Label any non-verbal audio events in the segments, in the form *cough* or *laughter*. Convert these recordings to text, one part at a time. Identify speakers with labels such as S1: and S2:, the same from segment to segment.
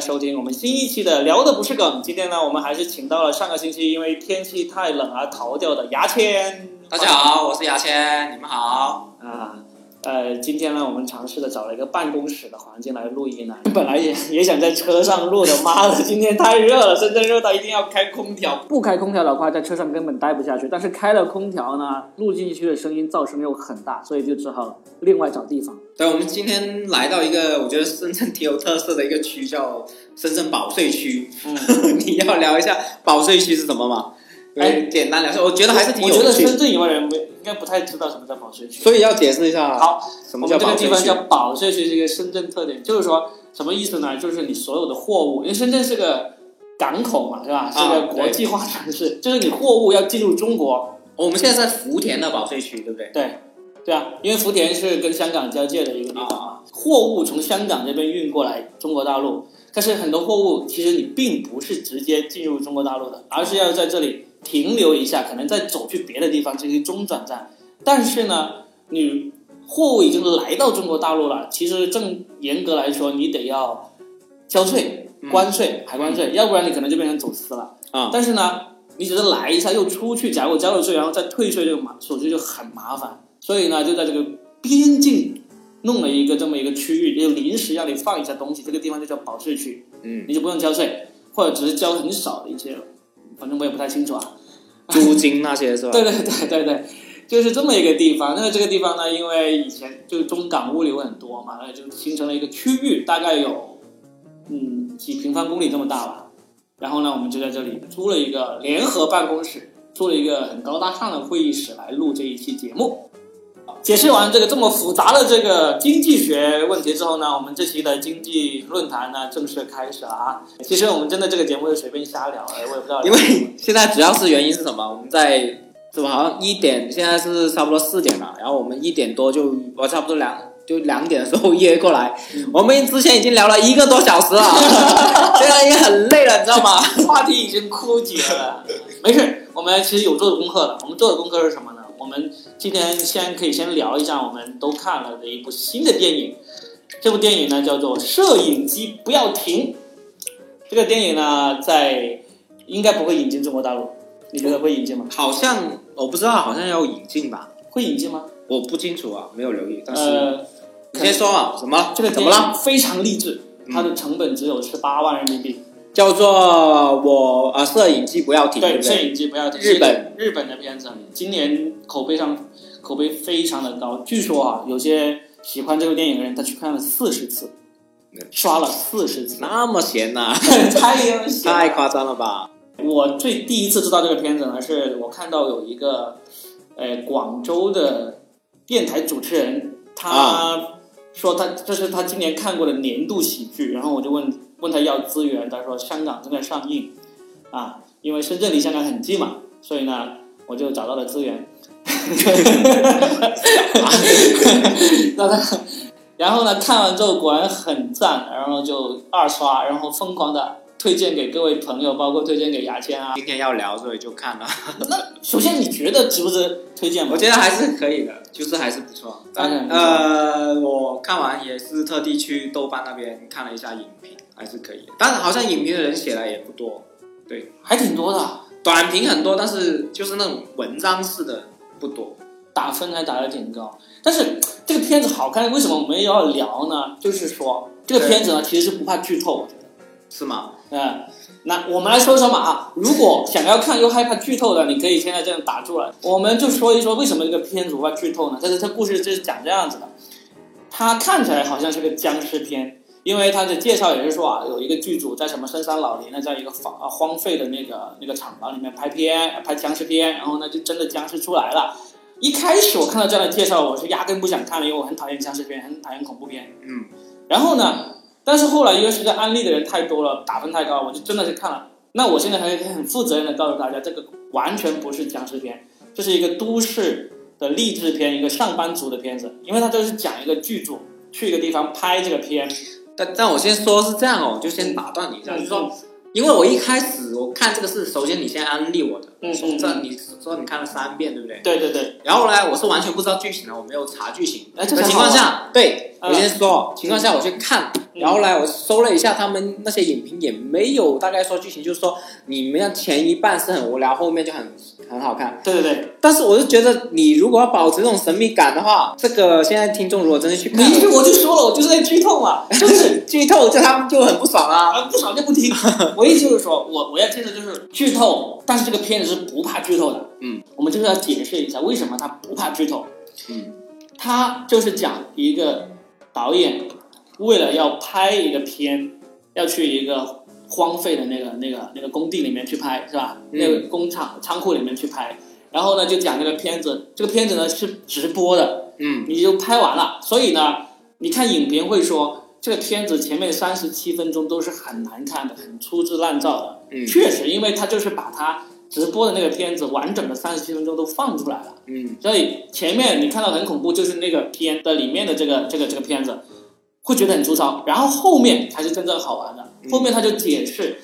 S1: 收听我们新一期的聊的不是梗。今天呢，我们还是请到了上个星期因为天气太冷而逃掉的牙签。
S2: 大家好，我是牙签，你们好。
S1: 啊，呃，今天呢，我们尝试的找了一个办公室的环境来录音啊。本来也也想在车上录的，妈的，今天太热了，深圳热到一定要开空调。 *laughs* 不开空调的话，在车上根本待不下去。但是开了空调呢，录进去的声音噪声又很大，所以就只好另外找地方。
S2: 对，我们今天来到一个我觉得深圳挺有特色的一个区，叫深圳保税区。 *laughs*
S1: 嗯，
S2: 你要聊一下保税区是什么吗？
S1: 哎
S2: 对，简单聊一下，我觉得还是挺
S1: 我觉
S2: 有
S1: 得
S2: 趣
S1: 深
S2: 的，
S1: 圳以外人没应该不太知道什么叫保税区。
S2: 所以要解释一下
S1: 好，
S2: 什
S1: 我
S2: 么
S1: 们
S2: 叫
S1: 这个
S2: 保
S1: 地
S2: 税
S1: 方
S2: 区。哦
S1: 叫保税区，是一个深圳特点，就是说什么意思呢？就是你所有的货物，因为深圳是个港口嘛，是吧？
S2: 啊
S1: 是个国际化城市，就是你货物要进入中国，
S2: 我们现在在福田的保税区，对不对？
S1: 对啊，因为福田是跟香港交界的一个地方
S2: 啊，
S1: 嘛，货物从香港这边运过来中国大陆，但是很多货物其实你并不是直接进入中国大陆的，而是要在这里停留一下，可能再走去别的地方，这是中转站。但是呢，你货物已经来到中国大陆了，其实正严格来说，你得要交税、
S2: 嗯
S1: 关税、海关税，要不然你可能就变成走私了。
S2: 啊
S1: 但是呢，你只是来一下又出去，假如我交了税，然后再退税，这个麻手续就很麻烦。所以呢，就在这个边境弄了一个这么一个区域，就临时让你放一下东西，这个地方就叫保税区。
S2: 嗯，
S1: 你就不用交税，或者只是交很少的一些，反正我也不太清楚啊。
S2: 租金那些是吧？
S1: 对对对对对，就是这么一个地方。那这个地方呢，因为以前就中港物流很多嘛，那就形成了一个区域，大概有嗯几平方公里这么大吧。然后呢，我们就在这里租了一个联合办公室，租了一个很高大上的会议室来录这一期节目。解释完这个这么复杂的这个经济学问题之后呢，我们这期的经济论坛呢正式开始了啊。其实我们真的这个节目就随便瞎聊，我也不知道聊
S2: *laughs* 因为现在主要是原因是什么？我们在是吧？好像一点，现在是差不多四点了，然后我们一点多就，我差不多两就两点的时候约过来
S1: 嗯，
S2: 我们之前已经聊了一个多小时了， *laughs* 现在也很累了，你知道吗？
S1: 话题已经枯竭了。没事，我们其实有做功课了。我们做的功课是什么呢？我们今天先可以先聊一下我们都看了的一部新的电影。这部电影呢叫做《摄影机不要停》。这个电影呢，在应该不会引进中国大陆，你觉得会引进吗？
S2: 好像我不知道，好像要引进吧，
S1: 会引进吗？
S2: 我不清楚啊，没有留意。但是、
S1: 呃，
S2: 你先说嘛，怎么了？
S1: 这个
S2: 怎
S1: 电
S2: 么了？嗯
S1: 影非常励志，它的成本只有十八万人民币。
S2: 叫做我啊，摄影机不要停，对
S1: 对，
S2: 不
S1: 摄
S2: 对？
S1: 影机不要停。
S2: 日本
S1: 日本的片子，今年口碑上口碑非常的高。据说啊，有些喜欢这部电影的人，他去看了四十次
S2: 嗯，
S1: 刷了四十次，
S2: 那么闲呐、
S1: *laughs* 太有戏了
S2: 太夸张了
S1: *laughs*
S2: 吧？
S1: 我最第一次知道这个片子呢，是我看到有一个，呃，广州的电台主持人，他
S2: 啊
S1: 说他这是他今年看过的年度喜剧，然后我就问问他要资源，他说香港正在上映，啊，因为深圳离香港很近嘛，所以呢，我就找到了资源， *laughs* 那他，然后呢，看完之后果然很赞，然后就二刷，然后疯狂的推荐给各位朋友，包括推荐给牙签啊。
S2: 今天要聊，所以就看了。
S1: 首先，你觉得值不值推荐吧
S2: 我？觉得还是可以的，就是还是不错。
S1: 嗯
S2: 但呃，我看完也是特地去豆瓣那边看了一下影评，还是可以的。但是好像影评的人写的也不多，
S1: 还挺多的，
S2: 短评很多，但是就是那种文章式的不多。
S1: 打分还打得挺高。但是这个片子好看，为什么我们要聊呢？就是说这个片子呢，其实是不怕剧透，我觉得。
S2: 是吗？
S1: 嗯，那我们来说说嘛啊，如果想要看又害怕剧透的，你可以现在这样打住了。我们就说一说为什么这个片子不怕剧透呢？但是它故事就是讲这样子的，它看起来好像是个僵尸片，因为它的介绍也是说啊，有一个剧组在什么深山老林那这样一个荒啊荒废的那个那个厂房里面拍片呃拍僵尸片，然后呢就真的僵尸出来了。一开始我看到这样的介绍，我是压根不想看的，因为我很讨厌僵尸片，很讨厌恐怖片。
S2: 嗯，
S1: 然后呢，但是后来因为实在安利的人太多了，打分太高，我就真的去看了。那我现在还很负责任的告诉大家，这个完全不是僵尸片，这是一个都市的励志片，一个上班族的片子，因为它就是讲一个剧组去一个地方拍这个片，
S2: 但但我先说是这样哦，我就先打断你一下，就是说因为我一开始我看这个是，首先你先安利我的，
S1: 嗯
S2: 从这
S1: 嗯
S2: 你说你看了三遍，对不对？
S1: 对对对，
S2: 然后呢，我是完全不知道剧情的，我没有查剧情
S1: 哎
S2: 的
S1: 这才
S2: 情
S1: 好啊
S2: 况下，对
S1: 嗯
S2: 我先说情况下我去看，然后呢，我搜了一下他们那些影评，也没有大概说剧情，就是说你们的前一半是很无聊，后面就很很好看。
S1: 对对对，
S2: 但是我就觉得，你如果要保持这种神秘感的话，这个现在听众如果真的去看，
S1: 你我就说了，我就是在剧透嘛，就是
S2: 剧透，这他们就很不爽啊。
S1: 啊，不爽就不听。我意思就是说，我我要听的就是剧透，但是这个片子是不怕剧透的。
S2: 嗯，
S1: 我们就是要解释一下为什么他不怕剧透。
S2: 嗯，
S1: 他就是讲一个导演为了要拍一个片，要去一个荒废的那个那个那个工地里面去拍，是吧？
S2: 嗯
S1: 那个工厂仓库里面去拍。然后呢，就讲这个片子，这个片子呢是直播的，
S2: 嗯
S1: 你就拍完了。所以呢，你看影评会说这个片子前面三十七分钟都是很难看的，很粗制滥造的。
S2: 嗯
S1: 确实，因为他就是把他直播的那个片子完整的三十七分钟都放出来了。
S2: 嗯
S1: 所以前面你看到很恐怖，就是那个片的里面的这个这个这个片子，会觉得很粗糙，然后后面才是真正好玩的。
S2: 嗯
S1: 后面他就解释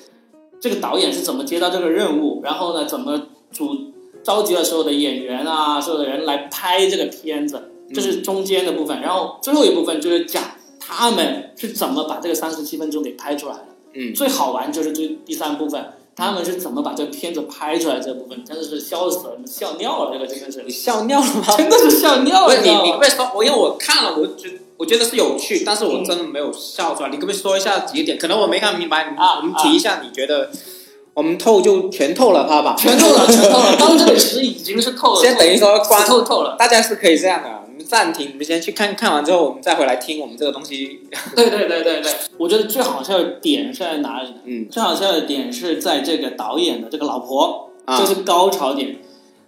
S1: 这个导演是怎么接到这个任务，然后呢怎么组召集了所有的演员啊，所有的人来拍这个片子，这是中间的部分。然后最后一部分就是讲他们是怎么把这个三十七分钟给拍出来的。
S2: 嗯
S1: 最好玩就是最第三部分。他们是怎么把这个片子拍出来？这部分真的是笑死了，笑尿了，这个真的是。
S2: 你笑尿了吗？
S1: 真的是笑尿
S2: 不
S1: 了。
S2: 是你，
S1: 知道
S2: 你
S1: 吗
S2: 可不可以说？我因为我看了，我觉我觉得是有趣，但是我真的没有笑出来。你可不可以说一下几点？可能我没看明白。你
S1: 啊
S2: 我们提一下，你觉得我们透就全透了它吧？
S1: 全透了，全透了。当这里时已经是透了，
S2: 先等于说关
S1: 死透透了。
S2: 大家是可以这样的，我们暂停，我们先去看看完之后，我们再回来听我们这个东西。
S1: 对对对对对，我觉得最好笑的点是在哪里呢？
S2: 嗯
S1: 最好笑的点是在这个导演的这个老婆，
S2: 啊，
S1: 这是高潮点。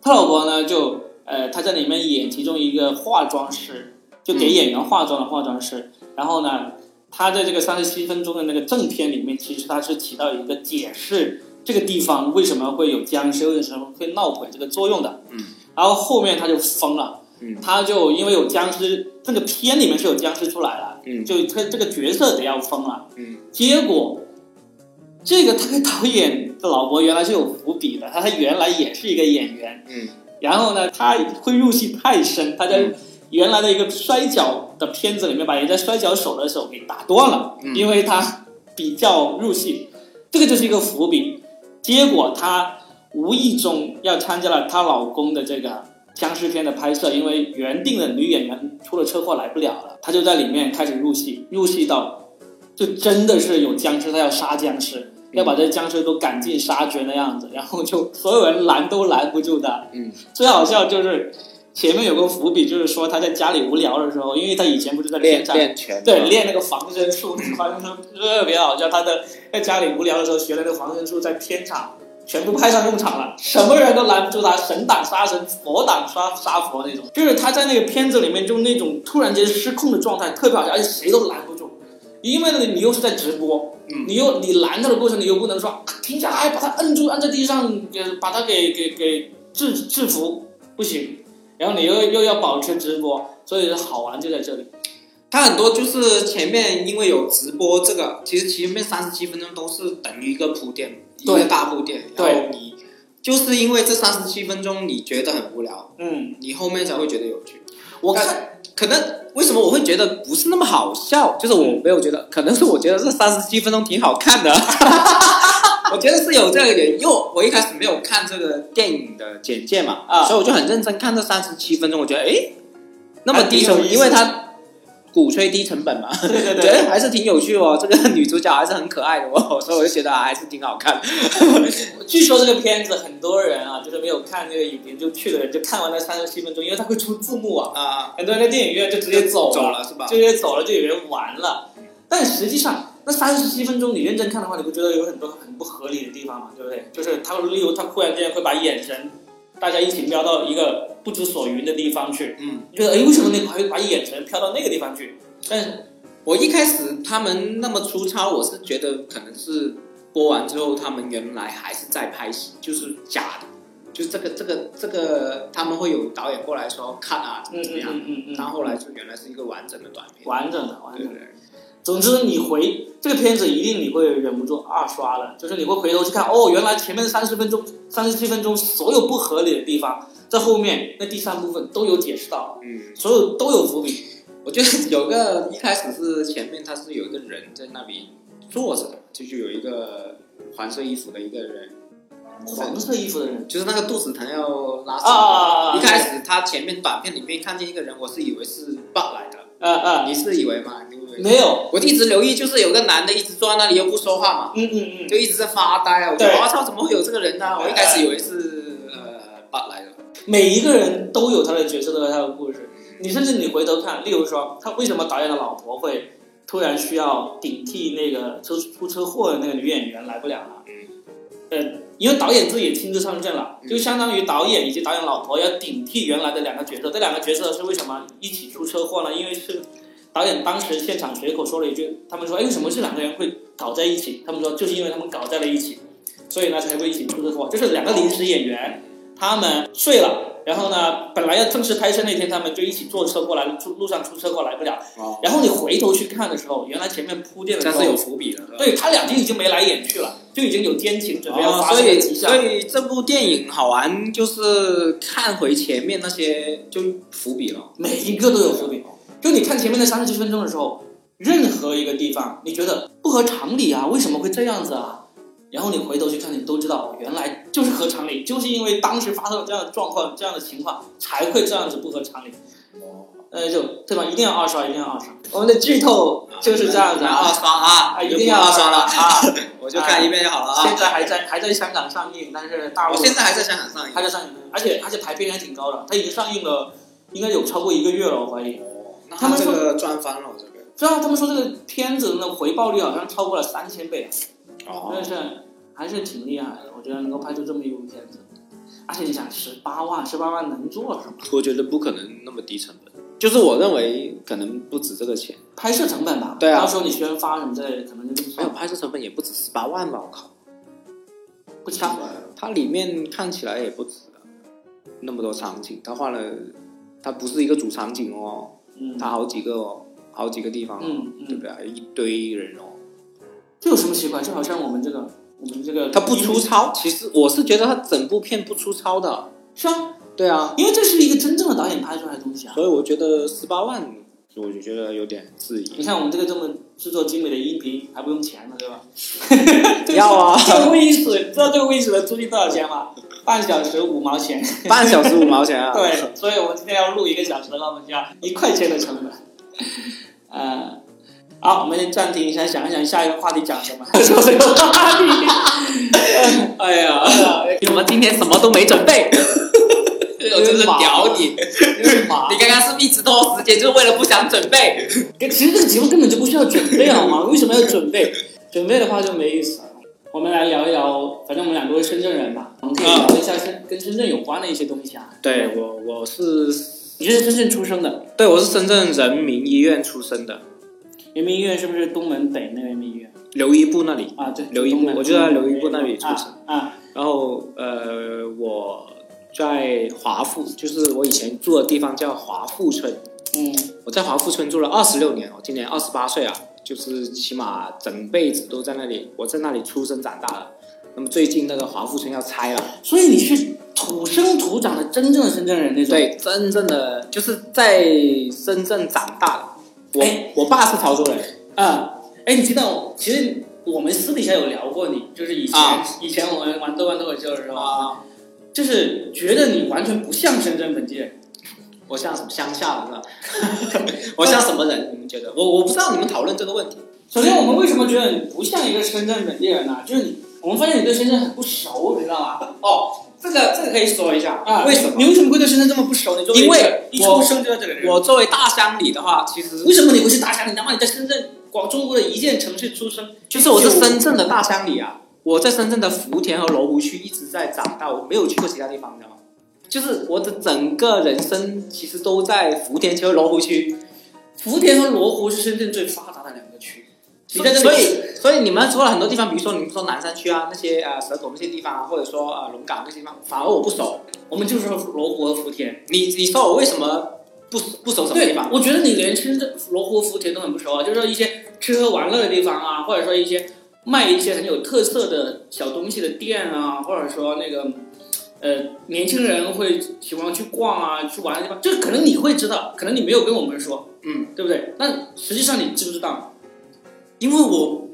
S1: 他老婆呢，就呃，他在里面演其中一个化妆师，就给
S2: 嗯
S1: 演员化妆的化妆师。然后呢，他在这个三十七分钟的那个正片里面，其实他是起到一个解释这个地方为什么会有僵尸，为什么会闹鬼这个作用的。
S2: 嗯
S1: 然后后面他就疯了，
S2: 嗯
S1: 他就因为有僵尸，这个片里面是有僵尸出来了，
S2: 嗯
S1: 就他这个角色得要疯了。
S2: 嗯，
S1: 结果这个他跟导演的老婆原来是有伏笔的，他他原来也是一个演员，
S2: 嗯
S1: 然后呢，他会入戏太深，他在
S2: 嗯
S1: 原来的一个摔跤的片子里面把人家摔跤手的手给打断了，
S2: 嗯
S1: 因为他比较入戏，这个就是一个伏笔。结果她无意中要参加了她老公的这个僵尸片的拍摄，因为原定的女演员出了车祸来不了了，她就在里面开始入戏，入戏到就真的是有僵尸，她要杀僵尸。要把这僵尸都赶尽杀绝的样子，然后就所有人拦都拦不住的。
S2: 嗯，
S1: 最好笑就是前面有个伏笔，就是说她在家里无聊的时候，因为她以前不是在
S2: 练
S1: 片场
S2: 练拳，
S1: 对，练那个防身术，那个防身术特别好笑。他的在家里无聊的时候学的那个防身术，在片场全部派上用场了，什么人都拦不住他，神挡杀神，佛挡杀杀佛那种。就是他在那个片子里面，就那种突然间失控的状态，特别好笑，而且谁都拦不住。因为呢，你又是在直播，
S2: 嗯
S1: 你又你拦他的过程，你又不能说啊停下来，把他摁住，摁在地上，给把他给给给制制服，不行。然后你又又要保持直播，所以好玩就在这里。
S2: 它很多就是前面因为有直播这个，其实前面三十七分钟都是等于一个铺垫，一
S1: 对
S2: 个大铺垫。
S1: 对
S2: 然后你就是因为这三十七分钟你觉得很无聊，
S1: 嗯。
S2: 你后面才会觉得有趣。
S1: 我
S2: 但
S1: 看
S2: 可能为什么我会觉得不是那么好笑，就是我没有觉得，可能是我觉得这三十七分钟挺好
S1: *laughs*
S2: 看的。我觉得是有这个原因，因为我一开始没有看这个电影的简介嘛，
S1: 啊
S2: 所以我就很认真看这三十七分钟，我觉得诶，那么
S1: 还挺
S2: 低
S1: 有
S2: 成，
S1: 意思
S2: 因为它鼓吹低成本嘛，
S1: 对对
S2: 觉
S1: 对，
S2: 得还是挺有趣哦，这个女主角还是很可爱的哦，所以我就觉得还是挺好看的。
S1: 据说这个片子很多人啊，就是没有看这个影评就去的人，就看完了三十七分钟，因为它会出字幕啊，
S2: 啊，
S1: 很多人在电影院就直接走
S2: 走
S1: 了，
S2: 了是吧
S1: 就？直接走了，就以为完了。但实际上，那三十七分钟你认真看的话，你不觉得有很多很不合理的地方吗？对不对？就是他，例如他忽然间会把眼神，大家一起瞄到一个不知所云的地方去，
S2: 嗯。
S1: 你觉得哎，为什么你还会把眼神飘到那个地方去？但是
S2: 我一开始他们那么粗糙，我是觉得可能是播完之后，他们原来还是在拍戏，就是假的，就是这个这个这个，他们会有导演过来说看啊怎
S1: 嗯
S2: 么怎么
S1: 嗯
S2: 样，
S1: 嗯嗯嗯嗯，
S2: 然后后来就原来是一个完整的短片，
S1: 完整的完
S2: 对
S1: 整的。
S2: 对对，
S1: 总之，你回这个片子，一定你会忍不住二刷的，就是你会回头去看，哦，原来前面三十分钟、三十七分钟所有不合理的地方，在后面那第三部分都有解释到，
S2: 嗯，
S1: 所有都有伏笔。
S2: 我觉得有个一开始是前面他是有一个人在那里坐着的，就是有一个黄色衣服的一个人，
S1: 黄色衣服的人
S2: 就是那个肚子疼要拉屎。
S1: 啊，
S2: 一开始他前面短片里面看见一个人，我是以为是 bug 来的，
S1: 啊啊，
S2: 你是以为吗？你以为？
S1: 没有，
S2: 我一直留意，就是有个男的一直坐在那里又不说话嘛，
S1: 嗯嗯嗯，
S2: 就一直在发呆啊。我觉得
S1: 对
S2: 我操，怎么会有这个人呢、啊我一开始以为是呃 bug 来的。
S1: 每一个人都有他的角色，都有他的故事。你甚至你回头看，例如说，他为什么导演的老婆会突然需要顶替那个出出车祸的那个女演员来不了了？呃，因为导演自己也亲自上阵了，
S2: 嗯
S1: 就相当于导演以及导演老婆要顶替原来的两个角色。这两个角色是为什么一起出车祸呢？因为是导演当时现场随口说了一句，他们说：“哎，为什么这两个人会搞在一起？”他们说：“就是因为他们搞在了一起，所以呢才会一起出车祸。”就是两个临时演员，他们睡了，然后呢，本来要正式拍摄那天，他们就一起坐车过来，路路上出车祸来不了。
S2: 哦，
S1: 然后你回头去看的时候，原来前面铺垫的
S2: 这
S1: 时
S2: 样
S1: 候
S2: 是有伏笔的。是吧
S1: 对他俩就已经眉来眼去了，就已经有奸情准备要
S2: 哦
S1: 发
S2: 所
S1: 生的
S2: 以
S1: 迹象。
S2: 所以这部电影好玩，就是看回前面那些就伏笔了。
S1: 每一个都有伏笔。就你看前面的三十七分钟的时候，任何一个地方你觉得不合常理啊，为什么会这样子啊？然后你回头去看，你都知道原来就是合常理，就是因为当时发生了这样的状况、这样的情况，才会这样子不合常理。呃，就对吧？一定要二刷，一定要二刷。我们的剧透就是这样子
S2: 然后
S1: 啊，
S2: 刷啊，
S1: 啊，
S2: 我就
S1: 一
S2: 不
S1: 定要
S2: 二刷了，
S1: 啊！
S2: *laughs* 我就看一遍就好了
S1: 现
S2: 啊。
S1: 在还在还在香港上映，但是大陆
S2: 我现在还在香港上映
S1: 还。在上映，而且而且排片还挺高的，它已经上映了，应该有超过一个月了，我怀疑。
S2: 那
S1: 他们
S2: 这
S1: 说
S2: 个赚翻了，这个。
S1: 对啊，他们说这个片子的回报率好像超过了三千倍啊，真
S2: 哦
S1: 的。是还是挺厉害的。我觉得能够拍出这么一部片子，而且你想十八万，十八万能做什么？
S2: 我觉得不可能那么低成本，就是我认为可能不止这个钱，
S1: 拍摄成本吧，
S2: 对啊
S1: 到时候你宣发什么之类的，可能就这么
S2: 还有
S1: 算，
S2: 拍摄成本也不止十八万吧，我靠，
S1: 不掐。
S2: 它里面看起来也不止啊那么多场景，它换了，它不是一个主场景哦，
S1: 嗯
S2: 它好几个哦，好几个地方、哦，
S1: 嗯
S2: 对
S1: 嗯，
S2: 不对？一堆人哦，
S1: 这有什么奇怪？就好像我们这个我们这个
S2: 它不粗，糙，其实我是觉得它整部片不粗糙的，
S1: 是啊，
S2: 对啊，
S1: 因为这是一个真正的导演拍出来的东西啊。
S2: 所以我觉得十八万，我就觉得有点质
S1: 你
S2: *laughs* 疑。
S1: 看我们这个这么制作精美的音频还不用钱呢，对吧？
S2: 要
S1: *laughs*
S2: 啊，
S1: 这个会议室，你知道这个会议室的租金多少钱吗？半小时五毛钱。
S2: 半小时五毛钱啊，
S1: 对，所以我们今天要录一个小时的话，我们就要一块钱的成本。呃，好，我们先暂停一下，想一想下一个话题讲什么。说这个话题， *laughs*
S2: 哎呀， *laughs* 怎么今天什么都没准 *laughs* 备？我就是屌你！
S1: 有点忙 *laughs*
S2: 你。刚刚是不是一直拖时间，就是为了不想准备。
S1: 其实这个节目根本就不需要准备好吗？为什么要准备？准备的话就没意思了。我们来聊一聊，反正我们俩都是深圳人嘛，我们可以聊一下深跟深圳有关的一些东西啊。
S2: 嗯对我，我是
S1: 你是深圳出生的，
S2: 对我是深圳人民医院出生的，
S1: 人民医院是不是东门北那个人民医院
S2: 刘一步那里，
S1: 啊？对，
S2: 刘一
S1: 东门
S2: 步，我就在刘一步那里出
S1: 啊
S2: 生。
S1: 啊
S2: 然后呃，我在华富，就是我以前住的地方叫华富村，
S1: 嗯
S2: 我在华富村住了二十六年，我哦今年二十八岁啊，就是起码整辈子都在那里，我在那里出生长大的。那么最近那个华富村要拆了，
S1: 所以你是土生土长的真正的深圳人那种。，
S2: 对，真正的就是在深圳长大的。我、
S1: 哎
S2: 我爸是潮州人，
S1: 啊，哎，你知道，其实我们私底下有聊过你，就是以前、
S2: 啊
S1: 以前我们玩豆瓣脱口秀的时候，
S2: 啊，
S1: 就是觉得你完全不像深圳本地人。
S2: 我像什么乡下人啊？ *laughs* 我像什么人？你们觉得？我我不知道你们讨论这个问题。
S1: 首先，我们为什么觉得你不像一个深圳本地人呢、就是你，我们发现你对深圳很不熟，你知道吗？
S2: 哦，这个这个可以说一下
S1: 啊，
S2: 为什么？
S1: 你为什么会对深圳这么不熟？你作为
S2: 因为
S1: 一
S2: 我
S1: 出生就在这里的人，
S2: 我作为大乡里的话，其实
S1: 为什么你会是大乡？你哪怕你在深圳、广中国的一线城市出生，
S2: 就是我是深圳的大乡里啊，我在深圳的福田和罗湖区一直在长大，我没有去过其他地方，你知道吗？就是我的整个人生其实都在福田区和罗湖区，
S1: 福田和罗湖是深圳最发达的两个区。你在这里，
S2: 所以所以你们说了很多地方，比如说你们说南山区啊那些呃蛇口那些地方啊，或者说呃龙岗那些地方，反而我不熟。
S1: 我们就是说罗湖和福田。
S2: 你你说我为什么不不熟什么地
S1: 对
S2: 方？
S1: 我觉得你连深圳、罗湖、福田都很不熟啊，就是说一些吃喝玩乐的地方啊，或者说一些卖一些很有特色的小东西的店啊，或者说那个呃年轻人会喜欢去逛啊、去玩的地方，这可能你会知道，可能你没有跟我们说，
S2: 嗯，
S1: 对不对？那实际上你知不知道？
S2: 因为我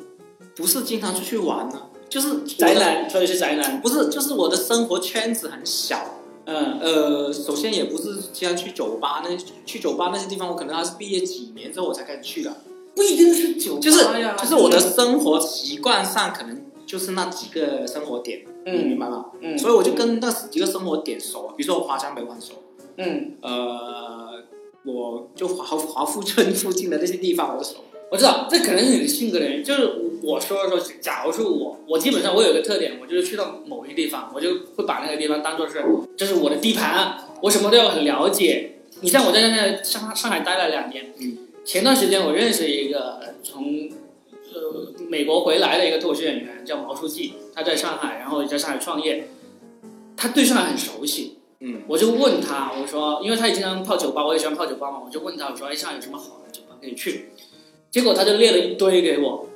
S2: 不是经常出去玩呢、就是
S1: 宅
S2: 我的，
S1: 男，说的是宅男，
S2: 不是就是我的生活圈子很小。
S1: 嗯
S2: 呃，首先也不是经常去酒吧，那去酒吧那些地方，我可能还是毕业几年之后我才开始去的。
S1: 不一定是酒吧
S2: 就是
S1: 呀
S2: 就是我的，生活习惯上可能就是那几个生活点，你明
S1: 嗯
S2: 白吗？
S1: 嗯，
S2: 所以我就跟那几个生活点熟，比如说我华强北我很熟，
S1: 嗯，
S2: 呃，我就华华富村附近的那些地方我都熟。
S1: 我知道，这可能是你的性格的原因。就是我说说，假如是我，我基本上我有一个特点，我就是去到某一个地方，我就会把那个地方当做是这是我的地盘，我什么都要很了解。你像我在那上上海待了两年，
S2: 嗯，
S1: 前段时间我认识一个呃从呃美国回来的一个脱口秀演员，叫毛书记，他在上海，然后也在上海创业，他对上海很熟悉，
S2: 嗯，
S1: 我就问他，我说，因为他也经常泡酒吧，我也喜欢泡酒吧嘛，我就问他，我说，哎，上海有什么好的酒吧可以去？结果他就列了一堆给我，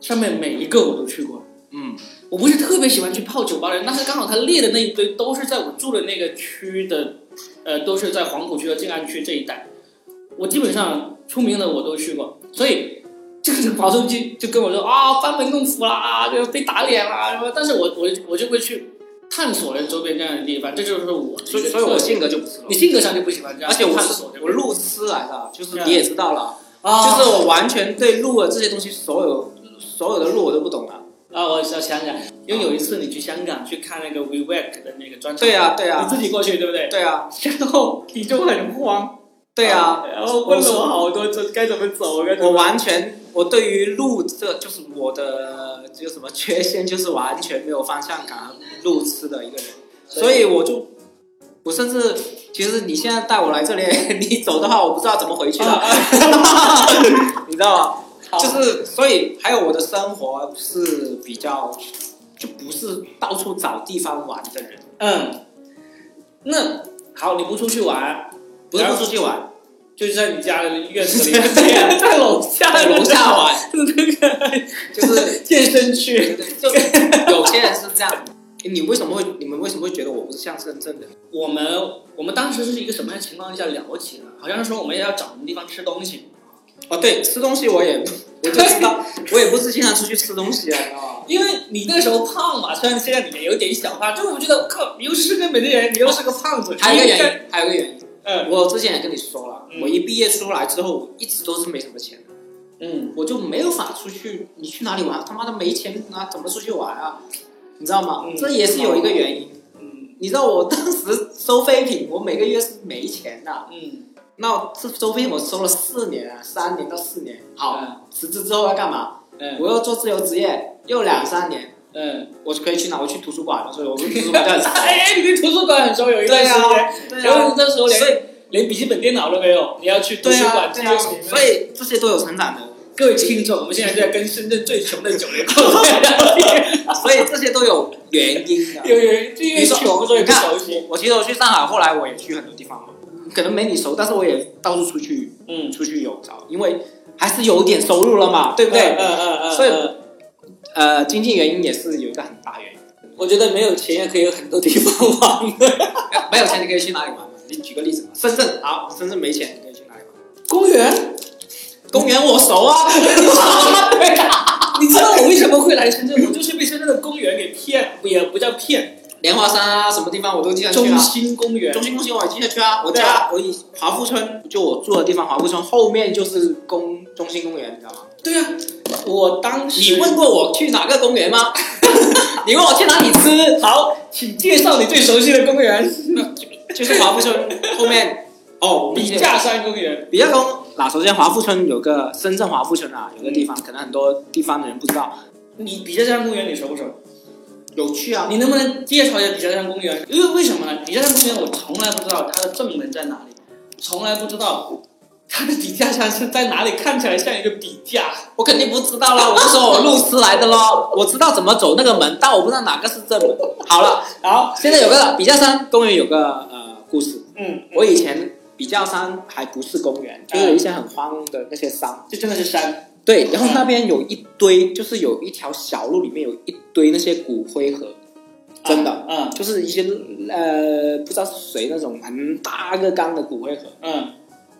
S1: 上面每一个我都去过。
S2: 嗯，
S1: 我不是特别喜欢去泡酒吧的人，但是刚好他列的那一堆都是在我住的那个区的，呃，都是在黄浦区和静安区这一带。我基本上出名的我都去过，所以这个毛书记就跟我说啊，班门弄斧啦，就被打脸啦什么。但是我我我就会去探索了周边这样的地方，这就是我的一个
S2: 所以所以
S1: 特
S2: 我
S1: 点
S2: 性格就不是了
S1: 你。性格上就不喜欢这样，
S2: 而且我
S1: 探
S2: 是
S1: 索这个
S2: 我路痴来的，就是
S1: 嗯
S2: 你也知道了，
S1: 啊，
S2: 就是我完全对路的这些东西，所有所有的路我都不懂了。
S1: 啊，我想香港，因为有一次你去香港去看那个 WeWork 的那个专场，
S2: 对呀、对呀、啊
S1: 你自己过啊去对不对？
S2: 对呀、
S1: 然后你就很慌，
S2: 对呀、
S1: 然后问了我好多这该怎么走，该怎
S2: 我
S1: 么
S2: 完全，我对于路这就是我的这个什么缺陷，就是完全没有方向感、路痴的一个人，所以我就，我甚至其实你现在带我来这里， *laughs* 你走的话，我不知道怎么回去的，
S1: 啊
S2: 你知道吗？
S1: *laughs* 好
S2: 就是所以还有我的生活是比较，就不是到处找地方玩的人，
S1: 嗯，那好，你不出去玩，
S2: 不是不出去玩，
S1: 就是在你家的院子里，对呀， *laughs* 在楼下
S2: *laughs* 在楼
S1: *laughs*
S2: 下，玩，
S1: 那个
S2: *laughs* 就是
S1: 健身区，
S2: 对对就有些人是这样。你为什么会？你们为什么会觉得我不是像深圳的？
S1: 我们我们当时是一个什么样的情况下了解的？好像说我们也要找什么地方吃东西。
S2: 哦，对，吃东西我也 *laughs* 我就知道，我也不是经常出去吃东西啊，你知道吗？
S1: 因为你那时候胖嘛，虽然现在你也有点小胖，但是我觉得靠，你又是深圳本地人，你又是个胖子，
S2: 还有一
S1: 你
S2: 个
S1: 应该
S2: 原因，还有一个原因，
S1: 嗯
S2: *laughs* 我之前也跟你说了，
S1: 嗯
S2: 我一毕业出来之后，我一直都是没什么钱，
S1: 嗯，
S2: 我就没有法出去。你去哪里玩？他妈的没钱啊，怎么出去玩啊？你知道吗？
S1: 嗯
S2: 这也是有一个原因。
S1: 嗯
S2: 你知道我当时收废品，我每个月是没钱的。
S1: 嗯，
S2: 那这收废品我收了四年啊，三年到四年。好，
S1: 嗯
S2: 辞职之后要干嘛？
S1: 嗯
S2: 我要做自由职业，又两三年。
S1: 嗯，
S2: 我可以去哪？我去图书馆，所以我们图书
S1: *laughs*
S2: 馆很
S1: 哎，你对图书馆很熟，有一段
S2: 对
S1: 时间，
S2: 啊，对
S1: 然后你，
S2: 啊
S1: 那时候连
S2: 所以
S1: 连笔记本电脑都没有，你要去图
S2: 对
S1: 书
S2: 啊，
S1: 馆去
S2: 对啊，
S1: 用你
S2: 所以这些都有成长的，
S1: 各位听众，我们现在就在跟深圳最穷的九零后在聊天，
S2: 所以这些都有原因的。
S1: 有人就因为穷所以不熟悉，
S2: 我其实我去上海，后来我也去很多地方了，可能没你熟，但是我也到处出去
S1: 嗯，
S2: 出去游找，因为还是有点收入了嘛，对不对？
S1: 嗯嗯嗯，
S2: 所以
S1: 嗯
S2: 呃，经济原因也是有一个很大 *laughs* 原因，
S1: 我觉得没有钱也可以有很多地方玩。
S2: 没有钱你可以去哪里玩嘛？你举个例子嘛，深圳好，深圳没钱你可以去哪里玩？
S1: 公园，
S2: 嗯公园我熟啊，
S1: 啊你知道我为什么会来深圳？我就是被深圳的公园给骗，也不叫骗，
S2: *laughs* 莲花山啊，什么地方我都经常去
S1: 中
S2: 啊。
S1: 心公园
S2: 中。心公园我也经常去啊，我
S1: 对
S2: 家我以华富村，就我住的地方华富村后面就是公中心公园，你知道吗？
S1: 对啊，我当时
S2: 你问过我去哪个公园吗？ *laughs* 你问我去哪里吃，
S1: 好，请介绍你最熟悉的公 *laughs* 园
S2: 就是华富村后面。哦，
S1: ——
S2: 我们以
S1: 笔
S2: 前
S1: 架山公园。
S2: 比较公。那首先华富村有个深圳华富村啊，有个地方可能很多地方的人不知道，
S1: 你笔架山公园你熟不熟？
S2: 有趣啊。
S1: 你能不能介绍一下笔架山公园？因为为什么呢？笔架山公园我从来不知道它的正门在哪里，从来不知道它的笔架山是在哪里，看起来像一个笔架。
S2: 我肯定不知道啦，我就说我路痴来的咯，我知道怎么走那个门，但我不知道哪个是正门。好了，
S1: *laughs* 好，
S2: 现在有个笔架山公园有个呃故事，
S1: 嗯，
S2: 我以前比较山还不是公园，就是有一些很荒的那些山，
S1: 这真的是山。
S2: 对，然后那边有一堆，就是有一条小路，里面有一堆那些骨灰盒，真的，
S1: 嗯
S2: 就是一些呃，不知道是谁那种很大个缸的骨灰盒，
S1: 嗯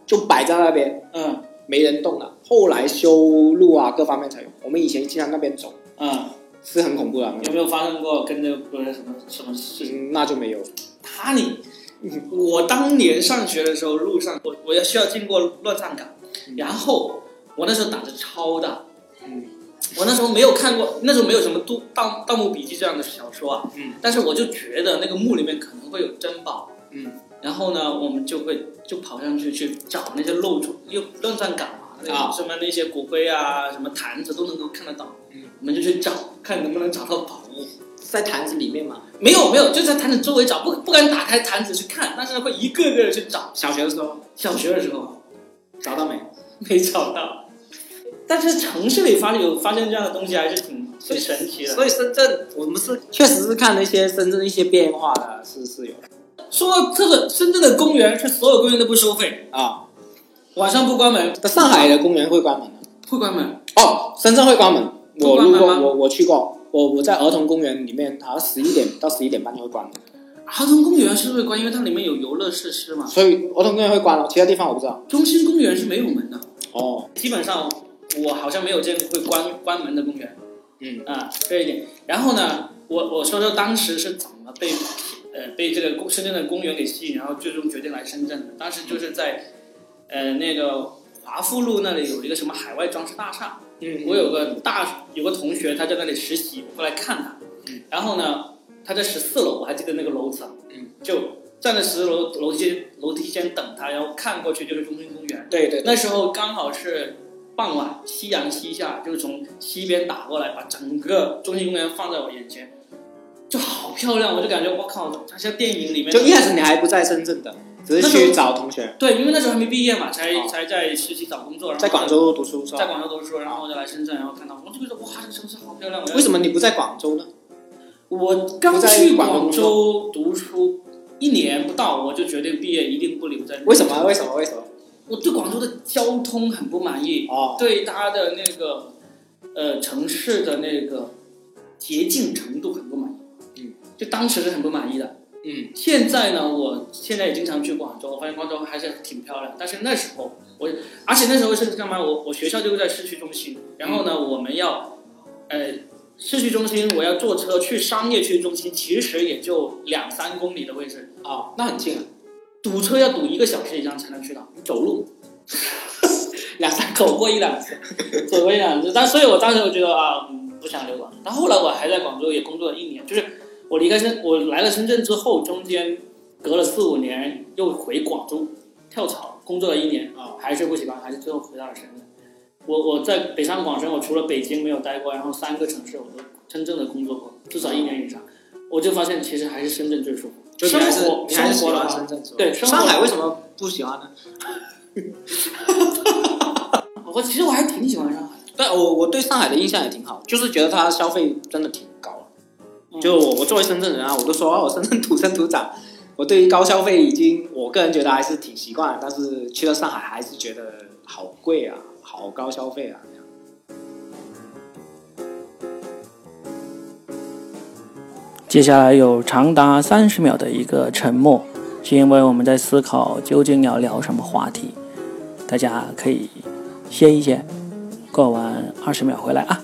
S2: 就摆在那边，
S1: 嗯
S2: 没人动了。后来修路啊，各方面才有。我们以前经常那边走，
S1: 嗯，
S2: 是很恐怖的。啊
S1: 有没有发生过跟着有人什么什么事情？
S2: 嗯，那就没有。
S1: 他你，我当年上学的时候，路上我我要需要经过乱葬岗，然后我那时候胆子超大，
S2: 嗯
S1: 我那时候没有看过，那时候没有什么《都盗盗墓笔记》这样的小说啊，
S2: 嗯
S1: 但是我就觉得那个墓里面可能会有珍宝，
S2: 嗯
S1: 然后呢，我们就会就跑上去去找那些露出又乱葬岗嘛，那
S2: 啊
S1: 什么那些骨灰啊，什么坛子都能够看得到，
S2: 嗯
S1: 我们就去找，看能不能找到宝物。
S2: 在坛子里面嘛。
S1: 没有没有，就在坛子周围找，不不敢打开坛子去看，但是会一个个的去找。
S2: 小学的时候
S1: 小学的时候啊
S2: 找到没？
S1: 没找到，但是城市里发有发现这样的东西还是挺挺神奇的。
S2: 所以深圳，我们是确实是看了一些深圳一些变化的，是是有的
S1: 说到这个，深圳的公园是所有公园都不收费，
S2: 啊。
S1: 晚上不关门，
S2: 在上海的公园会关门的
S1: 会关门。
S2: 哦，深圳会关门。
S1: 会
S2: 我
S1: 关
S2: 路
S1: 门
S2: 过，
S1: 吗
S2: 我我去过，我我在儿童公园里面，好像十一点到十一点半就会关门，
S1: 儿童公园是不是关？因为它里面有游乐设施嘛。
S2: 所以儿童公园会关了，其他地方我不知道。
S1: 中心公园是没有门的，
S2: 哦，
S1: 基本上我好像没有见过会关关门的公园。
S2: 嗯
S1: 啊，这一点。然后呢，我我说说当时是怎么被呃被这个公深圳的公园给吸引，然后最终决定来深圳的。当时就是在呃那个华富路那里有一个什么海外装饰大厦，
S2: 嗯
S1: 我有个大有个同学他在那里实习，我过来看他
S2: 嗯，
S1: 然后呢他在十四楼，我还记得那个楼层，
S2: 嗯，
S1: 就站在十楼楼梯楼梯间等他，然后看过去就是中心公园。
S2: 对对，
S1: 那时候刚好是傍晚，夕阳西下，就是从西边打过来，把整个中心公园放在我眼前，就好漂亮，我就感觉我靠，它像电影里面的。
S2: 就一开始你还不在深圳的，只是去找同学，
S1: 对，因为那时候还没毕业嘛，才、
S2: 哦
S1: 才在实习找工作，然后
S2: 在广，州读书是
S1: 在
S2: 吧？
S1: 广州读书，然后就来深圳，然后看到，我就觉得哇，这个城市好漂亮。
S2: 为什
S1: 么？
S2: 么你不在广州呢？
S1: 我刚
S2: 不在
S1: 去
S2: 广州
S1: 广
S2: 工
S1: 州读书一年不到，我就决定毕业一定不留在。
S2: 为什么？？为什么？为什么？
S1: 我对广州的交通很不满意。
S2: 哦，
S1: 对它的那个呃城市的那个洁净程度很不满意，
S2: 嗯，
S1: 就当时是很不满意的。
S2: 嗯
S1: 现在呢，我现在也经常去广州，我发现广州还是挺漂亮。但是那时候我，而且那时候是干嘛？我我学校就在市区中心，然后呢，我们要呃市区中心，我要坐车去商业区中心，其实也就两三公里的位置，
S2: 哦，那很近啊，
S1: 堵车要堵一个小时以上才能去到。
S2: 你走路
S1: *laughs* 两三口过一两次，走过一两次。但所以，我当时我觉得啊，嗯不想留广州。但后来我还在广州也工作了一年，就是我离开深，我来了深圳之后，中间隔了四五年又回广州跳槽工作了一年，
S2: 啊，
S1: 还是不喜欢，还是最后回到了深圳。我我在北上广深，我除了北京没有待过，然后三个城市我都真正的工作过，至少一年以上。我就发现其实还是深圳最舒服，
S2: 就你还是
S1: 生活
S2: 你还是
S1: 生
S2: 喜
S1: 活
S2: 欢
S1: 了
S2: 深圳是吧？
S1: 对生活
S2: 上海为什么不喜欢呢？
S1: 我其实我还挺喜欢上海的，
S2: 但我我对上海的印象也挺好，就是觉得它消费真的挺高
S1: 嗯
S2: 的。就我我作为深圳人啊，我都说啊我深圳土生土长，我对于高消费已经我个人觉得还是挺习惯了，但是去了上海还是觉得好贵啊，好高消费啊。这样
S3: 接下来有长达三十秒的一个沉默，是因为我们在思考究竟要聊什么话题。大家可以歇一歇，过完二十秒回来啊。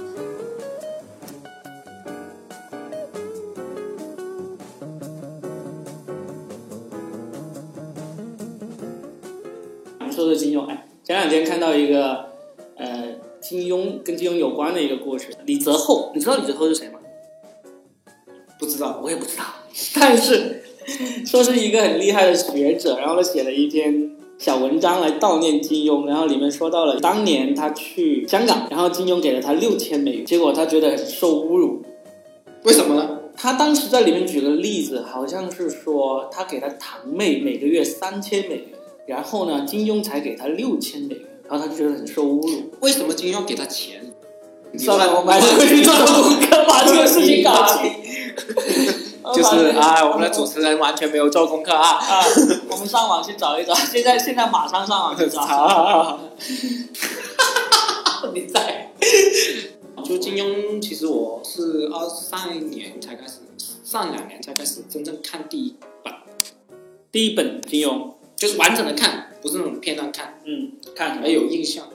S1: 我们说的金庸，哎，前两天看到一个呃金庸跟金庸有关的一个故事，李泽厚，你知道李泽厚是谁吗？
S2: 不知道，
S1: 我也不知道， *laughs* 但是 *laughs* 说是一个很厉害的学者，然后他写了一篇小文章来悼念金庸，然后里面说到了当年他去香港，然后金庸给了他六千美元，结果他觉得很受侮辱，
S2: 为什么呢？
S1: 他当时在里面举了例子，好像是说他给他堂妹每个月三千美元，然后呢，金庸才给他六千美元，然后他就觉得很受侮辱。
S2: 为什么金庸给他钱？
S1: *laughs* 算了，我买 *laughs* 了回去之后，干嘛这个事情搞清？
S2: *laughs*
S1: 哦
S2: 就是啊，我们
S1: 来
S2: 的主持人完全没有做功课啊。
S1: 啊，我们 *laughs* 上网去找一找，现在现在马上上网去找。
S2: *laughs* 你在。就金庸，其实我是二上一年才开始，上两年才开始真正看第一本，
S1: 第一本金庸，
S2: 就是完整的看，不是那种片段看，
S1: 嗯，看什
S2: 还
S1: 么？
S2: 有印象。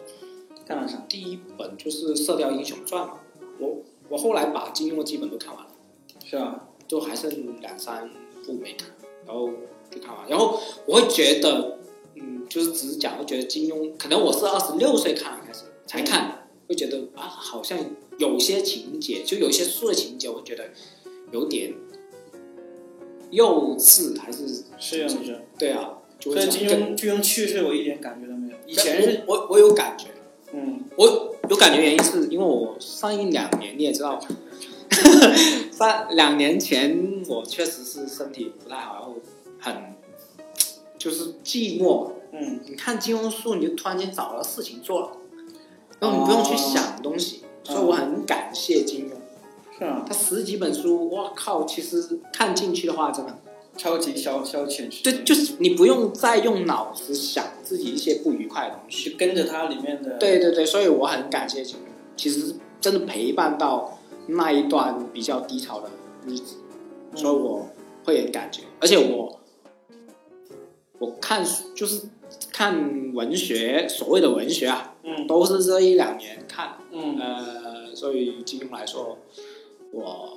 S1: 看了啥？
S2: 第一本就是《射雕英雄传》嘛，我我后来把金庸的基本都看完了，
S1: 是吧？
S2: 就还剩两三部没看，然后就看完。然后我会觉得，嗯，就是只是讲，我觉得金庸，可能我是二十六岁看开始才看，会觉得啊，好像有些情节，就有一些书的情节，我觉得有点幼稚，还是
S1: 是啊，是啊。
S2: 对啊，就
S1: 所
S2: 会
S1: 以
S2: 讲
S1: 金
S2: 跟
S1: 庸金庸去世，我一点感觉都没有。以前是，
S2: 我我我有感觉，
S1: 嗯，
S2: 我有感觉原因是因为我上一两年你也知道，三两年前我确实是身体不太好，然后很就是寂寞。
S1: 嗯，
S2: 你看金庸书，你就突然间找到事情做了，然后你不用去想东西，所以我很感谢金庸。
S1: 是啊，
S2: 他十几本书，哇靠！其实看进去的话，真的
S1: 超级消消遣时间。
S2: 对，就是你不用再用脑子想自己一些不愉快的东西。
S1: 去跟着它里面的。
S2: 对对对，所以我很感谢金庸，其实真的陪伴到嗯那一段比较低潮的日子，
S1: 嗯
S2: 所以我会很感觉，而且我我看书就是看文学，所谓的文学啊，
S1: 嗯
S2: 都是这一两年看，
S1: 嗯，
S2: 呃，所以金庸来说，我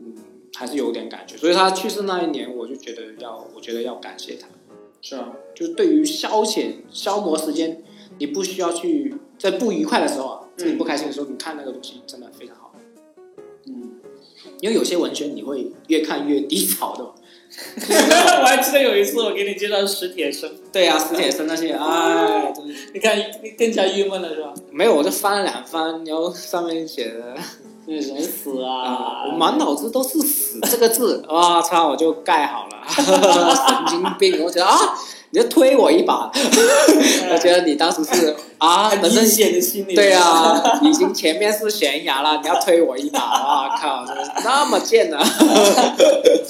S2: 嗯还是有点感觉，所以他去世那一年，我就觉得要，我觉得要感谢他。
S1: 是啊，
S2: 就是对于消遣、消磨时间，你不需要去在不愉快的时候啊，自己不开心的时候，你看那个东西真的非常好。
S1: 嗯，
S2: 因为有些文学你会越看越低潮的。
S1: *laughs* 我还记得有一次我给你介绍史铁生，
S2: 对啊，史铁生那些，哎，真的
S1: 你看你更加郁闷了是吧？
S2: 没有，我就翻了两翻，然后上面写的
S1: 这人死
S2: 啊，
S1: 啊，
S2: 我满脑子都是“死”这个字， *laughs* 哇操，我就盖好了， *laughs* 神经病！我觉得啊，你就推我一 *laughs* 把，我觉得你当时是啊，
S1: 很
S2: 本身
S1: 哎阴险的心理。
S2: *laughs* 对，啊，已经前面是悬崖了，你要推我一把，哇靠，真是那么贱啊的、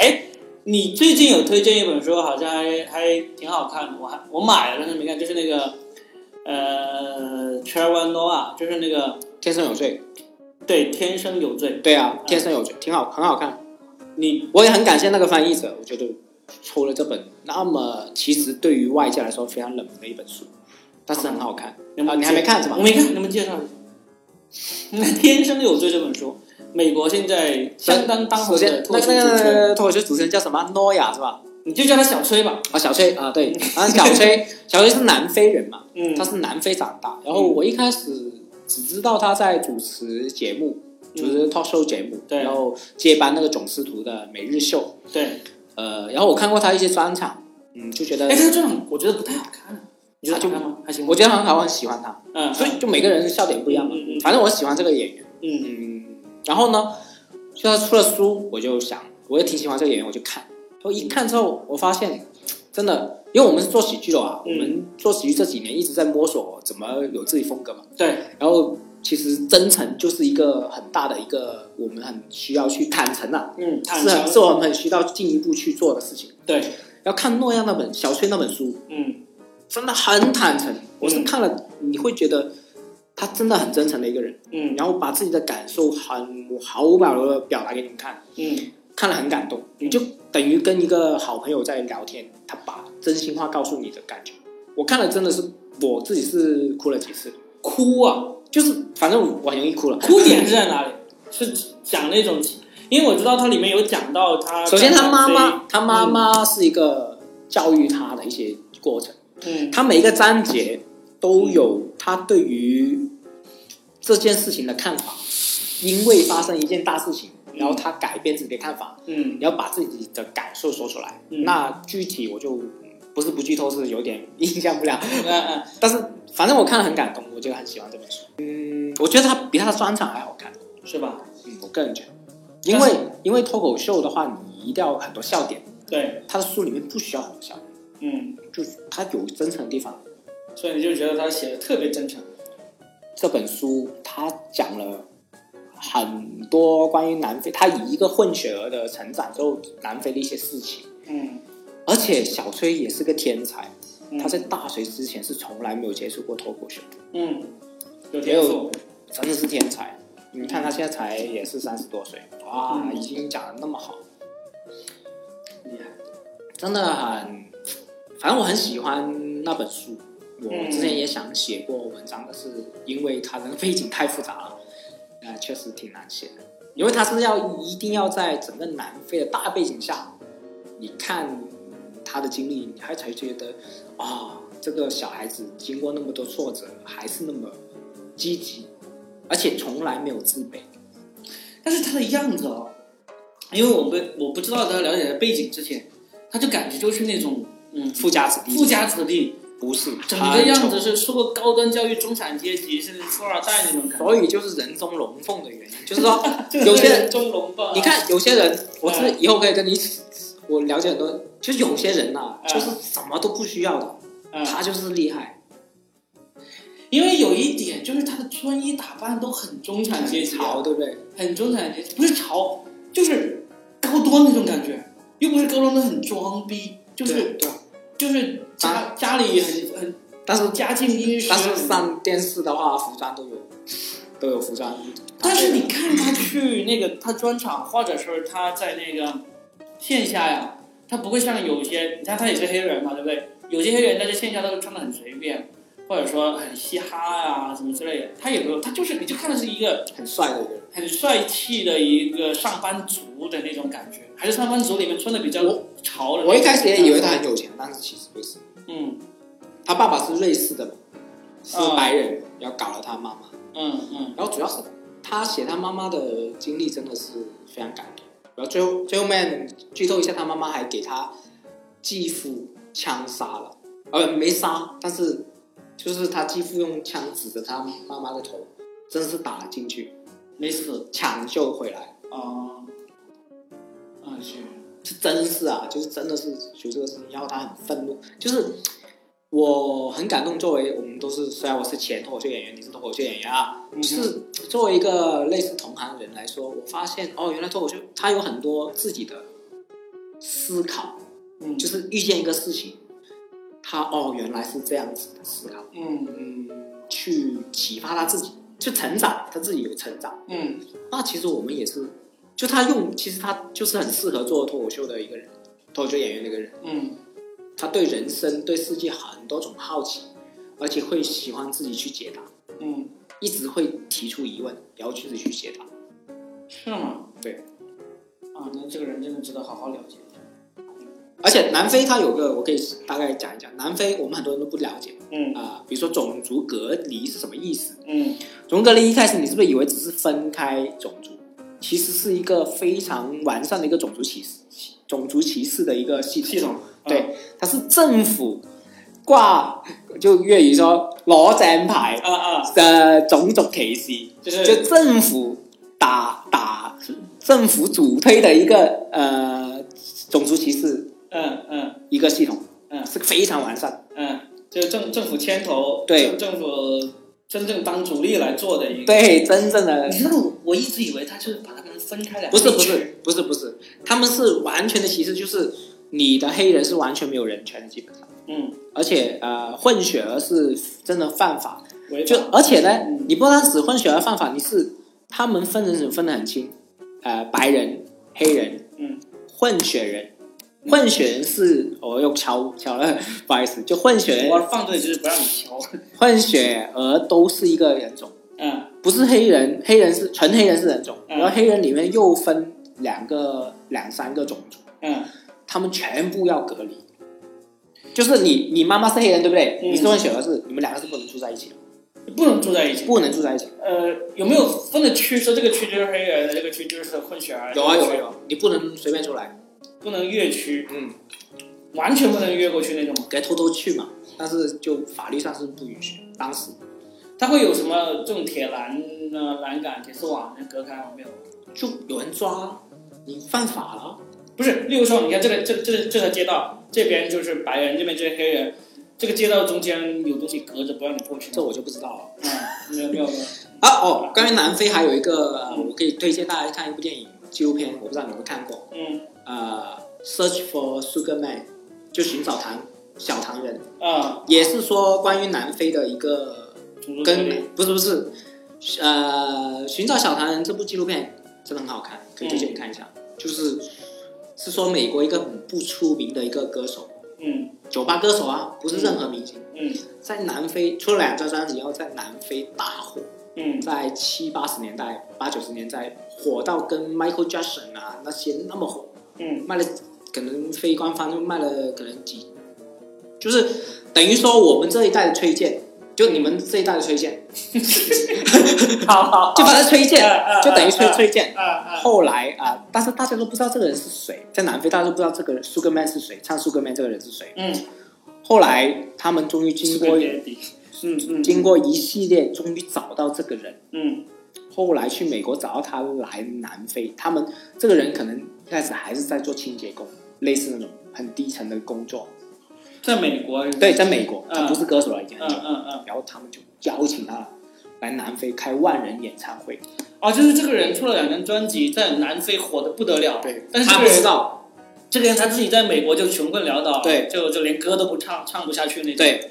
S1: 哎，你最近有推荐一本书，好像还还挺好看的，我还我买了，但是没看，就是那个呃 c h a r w a n o a 就是那个
S2: *laughs* 天生有罪，
S1: 对《天生有罪
S2: 对啊，天生有罪，挺好，很好看。》，
S1: 你
S2: 我也很感谢那个翻译者，我觉得出了这本那么其实对于外界来说非常冷门的一本书，但是很好看。
S1: 能不
S2: 啊，你还没看是吧
S1: 我？没看，能不能介绍一下？那《天生有罪》这本书，美国现在相当当
S2: 首
S1: 红的
S2: 先，
S1: 脱
S2: 那
S1: 口
S2: 个
S1: 秀
S2: 那
S1: 主持人，
S2: 个脱口秀主持人叫什么？诺亚是吧？
S1: 你就叫他小崔吧。
S2: 啊，小崔啊， *laughs* 对，啊，小崔，小崔是南非人嘛，
S1: 嗯
S2: 他是南非长大，然后我一开始只知道他在主持节目，主持 talk show 节目，
S1: 嗯对
S2: 然后接班那个总司徒的每日秀，
S1: 对，
S2: 呃，然后我看过他一些专场，嗯，就觉得
S1: 哎，他这种我觉得不太好看，啊你觉得
S2: 他就
S1: 好看吗？还行吗，
S2: 我觉得很好，我很喜欢他，
S1: 嗯，
S2: 所以就每个人笑点不一样嘛，
S1: 嗯嗯嗯
S2: 反正我喜欢这个演员，
S1: 嗯
S2: 嗯，然后呢，就他出了书，我就想，我也挺喜欢这个演员，我就看，然后一看之后，我发现真的，因为我们是做喜剧的啊，我
S1: 嗯
S2: 们做喜剧这几年一直在摸索怎么有自己风格嘛。
S1: 对，
S2: 然后其实真诚就是一个很大的一个我们很需要去坦诚啊，
S1: 嗯，坦
S2: 是很
S1: 诚
S2: 是我们很需要进一步去做的事情。
S1: 对，
S2: 要看诺亚那本小崔那本书，
S1: 嗯
S2: 真的很坦诚，我是看了你会觉得他真的很真诚的一个人，
S1: 嗯
S2: 然后把自己的感受很毫无保留的表达给你们看，
S1: 嗯，
S2: 看了很感动，你就等于跟一个好朋友在聊天，他把真心话告诉你的感觉，我看了真的是我自己是哭了几次，
S1: 哭啊，
S2: 就是反正我很容易哭了。
S1: 哭
S2: *laughs*
S1: 点是在哪里？ *laughs* 是讲那种，因为我知道它里面有讲到他，
S2: 首先，他妈，妈，他妈妈是一个教育他的一些过程，
S1: 嗯
S2: 他每一个章节都有他对于这件事情的看法，因为发生一件大事情，然后他改变自己的看法，
S1: 嗯
S2: 你要把自己的感受说出来。
S1: 嗯
S2: 那具体我就不是不剧透，是有点 *laughs* 印象不了，
S1: 嗯嗯，
S2: 但是反正我看了很感动，我就很喜欢这本书。嗯，我觉得他比他的专场还好看。
S1: 是吧？
S2: 嗯，我个人觉得，因为因为脱口秀的话，你一定要很多笑点。
S1: 对，
S2: 他的书里面不需要很笑，
S1: 嗯，
S2: 就是他有真诚的地方。
S1: 所以你就觉得他写的特别真诚，
S2: 这本书他讲了很多关于南非，他以一个混血儿的成长之后南非的一些事情。
S1: 嗯，
S2: 而且小崔也是个天才，
S1: 嗯
S2: 他在大学之前是从来没有接触过脱口秀的，
S1: 嗯有
S2: 也有
S1: 天赋，
S2: 真的是天才。你看他现在才也是三十多岁，哇，
S1: 嗯
S2: 已经讲的那么好，
S1: 厉害。
S2: 真的很，反正我很喜欢那本书。我
S1: 嗯
S2: 之前也想写过文章，但是因为他的背景太复杂了，呃，确实挺难写的。因为他是要一定要在整个南非的大背景下，你看他的经历，你还才觉得啊、这个小孩子经过那么多挫折，还是那么积极，而且从来没有自卑。
S1: 但是他的样子哦，因为我们我不知道他了解他背景之前，他就感觉就是那种嗯
S2: 富家子弟，
S1: 富家子弟，
S2: 不是
S1: 整个样子
S2: 他
S1: 是受过高等教育中产阶级，甚至富二代那种感觉。
S2: 所以就是人中龙凤的原因，就是说
S1: 就是
S2: 有些人
S1: 中龙吧，
S2: 你看有些人，我是
S1: 嗯
S2: 以后可以跟你，我了解很多，就是有些人呐、
S1: 嗯
S2: 就是什么都不需要的，
S1: 嗯，
S2: 他就是厉害，
S1: 因为有一点就是他的穿衣打扮都很中产阶级，
S2: 很潮，对不对？
S1: 很中产阶级，不是潮，就是高端那种感觉，又不是高端的很装逼，就是
S2: 对对。
S1: 就是家家里很很
S2: 但是
S1: 家境殷实，
S2: 但啊是上电视的话，服装都有，都有服装。
S1: 但是你看他去那个他专场，或者说他在那个线下呀，他不会像有些，你看他也是黑人嘛，对不对？有些黑人在这线下他都穿的很随便，或者说很嘻哈啊什么之类的，他也没有，他就是你就看的是一个
S2: 很帅的一个人，
S1: 很帅气的一个上班族的那种感觉，还是上班族里面穿的比较潮的。
S2: 我一开始也以为他，很有钱，但是其实不是。
S1: 嗯
S2: 他爸爸是瑞士的，是
S1: 嗯
S2: 白人，然后搞了他妈妈，
S1: 嗯嗯，
S2: 然后主要是他写他妈妈的经历真的是非常感动。然后最后最后面剧透一下，他妈妈还给他继父枪杀了，呃，没杀，但是就是他继父用枪指着他妈妈的头，真的是打了进去，
S1: 没死
S2: 抢救回来，
S1: 啊，啊是，
S2: 是真是啊，就是真的是有这个事情，然后他很愤怒，就是我很感动。作为我们都是，虽然我是前脱口秀演员，你是脱口秀演员啊，
S1: 嗯哼
S2: 就是作为一个类似同行人来说，我发现哦，原来脱口秀他有很多自己的思考，
S1: 嗯
S2: 就是遇见一个事情，他哦原来是这样子的思考，
S1: 嗯
S2: 嗯，去启发他自己，去成长，他自己有成长。
S1: 嗯
S2: 那其实我们也是，就他用，其实他就是很适合做脱口秀的一个人，脱口秀演员的一个人。
S1: 嗯
S2: 他对人生、对世界很多种好奇，而且会喜欢自己去解答，
S1: 嗯，
S2: 一直会提出疑问，然后去自己去解答。
S1: 是吗？
S2: 对，
S1: 啊，那这个人真的值得好好了解一下。
S2: 而且南非它有个，我可以大概讲一讲，南非我们很多人都不了解
S1: 嗯
S2: 啊、比如说种族隔离是什么意思？
S1: 嗯
S2: 种族隔离一开始你是不是以为只是分开种族？其实是一个非常完善的一个种族歧视、种族歧视的一个系统。
S1: 系统
S2: 对，它是政府挂就粤语说攞正牌
S1: 啊啊，
S2: 的种族歧视，
S1: 就是
S2: 就政府打打政府主推的一个呃种族歧视
S1: 嗯嗯
S2: 一个系统，
S1: 嗯
S2: 是非常完善。
S1: 嗯，就是政政府牵头，
S2: 对
S1: 政政府真正当主力来做的一个。，
S2: 对，真正的
S1: 你知道我我一直以为他就是把他们分开来，
S2: *laughs* 不是不，
S1: *laughs*
S2: 是不是不是，他们是完全的歧视，就是你的黑人是完全没有人权的，基本上，
S1: 嗯，
S2: 而且呃混血儿是真的犯法，
S1: 违
S2: 就
S1: 法
S2: 而且呢
S1: 嗯，
S2: 你不单只混血儿犯法，你是他们分人分得很清，呃，白人、黑人，
S1: 嗯，
S2: 混血人，混血人是我又敲敲了，不好意思，就混血
S1: 我
S2: 人、
S1: 放这里就是不让你挑，
S2: 混血儿都是一个人种，
S1: 嗯
S2: 不是黑人，黑人是纯黑人是人种，
S1: 嗯
S2: 然后黑人里面又分两个两三个种族，
S1: 嗯
S2: 他们全部要隔离。就是你，你妈妈是黑人，对不对？
S1: 嗯
S2: 你是混血儿是，你们两个是不能住在一起的，
S1: 不能住在一起。
S2: 不能住在一起。
S1: 呃，有没有分的区？说这个区就是黑人的，这个区就是混血儿。
S2: 有啊有
S1: 这
S2: 啊
S1: 个区
S2: 有，啊，你不能随便出来。
S1: 不能越区，
S2: 嗯，
S1: 完全不能越过去那种。
S2: 该偷偷去嘛，但是就法律上是不允许。当时
S1: 他会有什么这种铁栏、呃栏杆、铁丝网能隔开吗？没有。
S2: 就有人抓你犯法了，
S1: 不是，例如说，你看这个这这这条街道，这边就是白人，这边就是黑人，这个街道中间有东西隔着，不让你过去。
S2: 这我就不知道了。
S1: 嗯，没有没有没有，
S2: 啊哦，关于南非还有一个，呃
S1: 嗯
S2: 我可以推荐大家看一部电影纪录片，我不知道你有没有看过，
S1: 嗯
S2: 呃，《Search for Sugar Man》，就寻找糖小糖人，
S1: 啊
S2: 也是说关于南非的一个
S1: 同桌推理
S2: 跟不是不是，呃，《寻找小唐人》这部纪录片真的很好看，可以推荐你看一下。就是是说美国一个很不出名的一个歌手，
S1: 嗯
S2: 酒吧歌手啊，不是任何明星，
S1: 嗯
S2: 在南非出了两张专辑以后，在南非大火，
S1: 嗯
S2: 在七八十年代、八九十年代火到跟 Michael Jackson 啊那些那么火，
S1: 嗯
S2: 卖了可能非官方就卖了可能几，就是等于说我们这一代的崔健，就你们这一代的崔健，
S1: 嗯，好好，
S2: 就反正崔健
S1: 啊啊
S2: 就等于
S1: 啊
S2: 崔
S1: 啊
S2: 崔健。
S1: 啊啊，
S2: 后来啊，但是大家都不知道这个人是谁，在南非大家都不知道这个 Sugarman 是谁，唱 Sugarman 这个人是谁。
S1: 嗯，
S2: 后来他们终于经过
S1: 年底，嗯嗯
S2: 经过一系列，终于找到这个人。
S1: 嗯
S2: 后来去美国找到他来南非，他们这个人可能一开始还是在做清洁工，类似那种很低层的工作。
S1: 在美国是吧
S2: 对，在美国，
S1: 嗯
S2: 他不是歌手啊了，已经很
S1: 嗯
S2: 久。
S1: 嗯嗯，
S2: 然后他们就邀请他来南非开万人演唱会。
S1: 哦，就是这个人出了两张专辑，在南非火的不得了，
S2: 对，
S1: 但是
S2: 他
S1: 这
S2: 不
S1: 个
S2: 知
S1: 人
S2: 道。
S1: 这个人他自己在美国就穷困潦倒，
S2: 对
S1: 就就连歌都不唱，唱不下去那种，
S2: 对，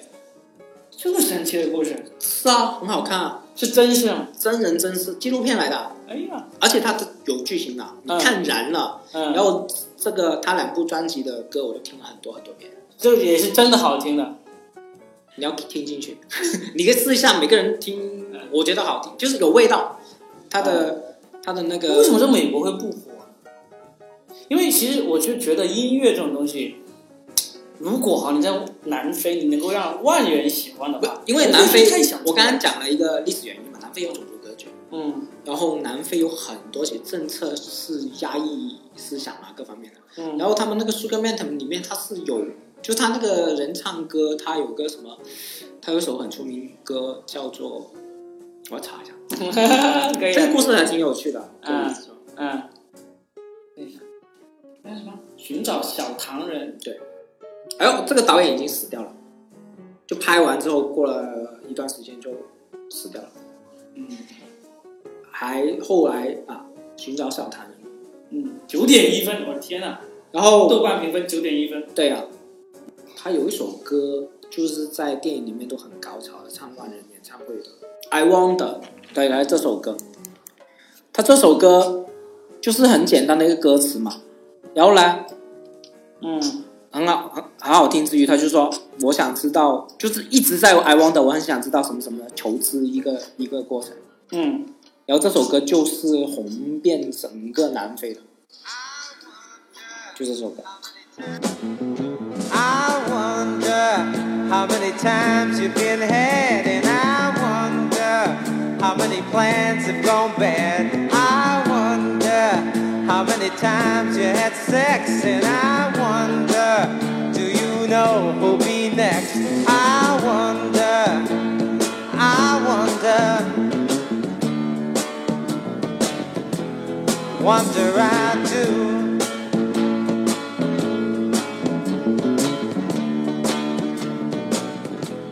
S1: 这么神奇的故事，
S2: 是啊，很好看啊，
S1: 是真是啊，
S2: 真人真事纪录片来的，
S1: 哎呀，
S2: 而且它的有剧情的，你
S1: 嗯
S2: 看燃了。
S1: 嗯，
S2: 然后这个他两部专辑的歌我都听了很多很多遍。
S1: 这也是真的好听的，
S2: 你要听进去，你可以试一下，每个人听
S1: 嗯，
S2: 我觉得好听，就是有味道。它的它的那个
S1: 为什么这美国会不火？因为其实我就觉得音乐这种东西，如果哈你在南非你能够让万人喜欢的
S2: 不
S1: 话，
S2: 因为南非
S1: 我太想，
S2: 我刚刚讲了一个历史原因嘛，南非有种族割据，
S1: 嗯 *laughs*
S2: 然后南非有很多些政策是压抑思想啊各方面的。
S1: 嗯，
S2: 然后他们那个 Sugar Man 他们里面他是有，就他那个人唱歌，他有个什么，他有一首很出名歌叫做，我要查一下，
S1: 可以
S2: 这个
S1: 啊，
S2: 故事还挺有趣的。
S1: 嗯
S2: 对
S1: 嗯，那叫什么？寻找小唐人，
S2: 哎呦，这个导演已经死掉了，就拍完之后过了一段时间就死掉了。
S1: 嗯
S2: 还后来啊，寻找小唐人，
S1: 嗯，九点一分，我的天呐，
S2: 然后
S1: 豆瓣评分九点一分，
S2: 对啊，他有一首歌就是在电影里面都很高潮的，唱万人演唱会的《I Wonder》，对，来这首歌，他这首歌就是很简单的一个歌词嘛，然后呢，
S1: 嗯
S2: 很好，很很好听之余，他就说我想知道，就是一直在 I Wonder，我很想知道什么什么求知一个一个过程。
S1: 嗯，
S2: 然后这首歌就是红遍整个南非的，就这首歌。
S4: I wonder how many times you've been had, and I wonder how many plans have gone bad. I wonder how many times you had sex, and I wonder, do you know who'll be next? I wonder, I wonder. Wonder I do. I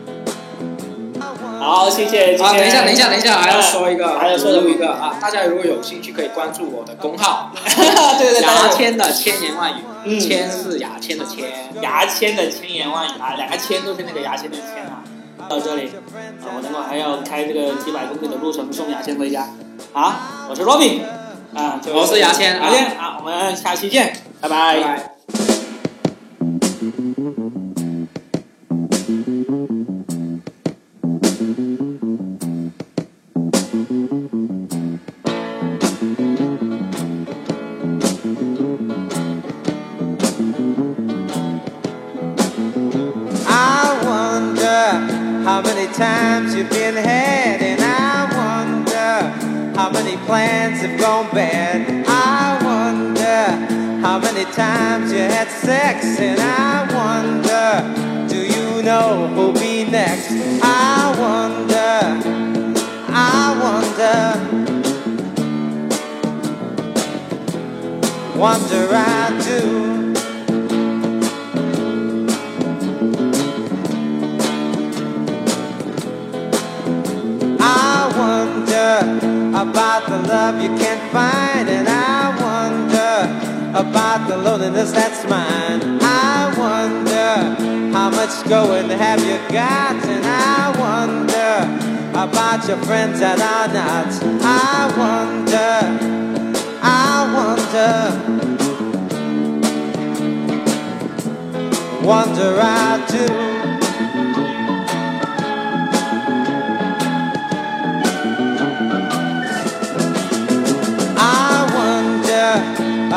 S4: wonder-
S1: 好，谢谢。
S2: 啊，等一下，等一下，等一下，还要说一个，
S1: 还要说
S2: 一个啊！大家如果有兴趣，可以关注我的公号
S1: 下， *laughs* 对对，
S2: 牙
S1: 大家
S2: 签的千言万语，
S1: 嗯
S2: 千是牙签的签。
S1: 牙签的千言万语啊，两个签都是那个牙签的签啊。到这里，啊，我等会儿还要开这个几百公里的路程送牙签回家。好，我是 Robin，啊，就
S2: 我是牙签
S1: 牙签啊，我们下期见，拜拜。
S2: 拜拜。
S4: I wonder how many times you've been had, and I wonder how many plans have gone bad. I wonder how many times you had sex, and I wonder, do you know who'll be next? I wonder, I wonder, wonder I do. I wonder about the love you can't find, and I wonder about the loneliness that's mine. I wonder how much going have you got, and I wonder about your friends that are not. I wonder, I wonder. wonder I do. I wonder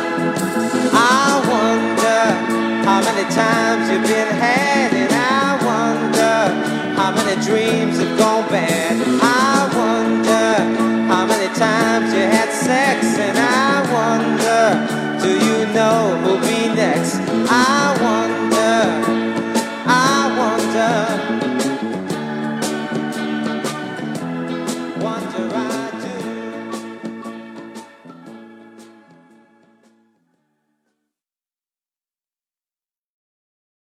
S4: I wonder how many times you've been had, and I wonder how many dreams have gone bad. I wonder how many times you had sex, and I wonder, do you know who'll be next? I wonder, I wonder. Wonder I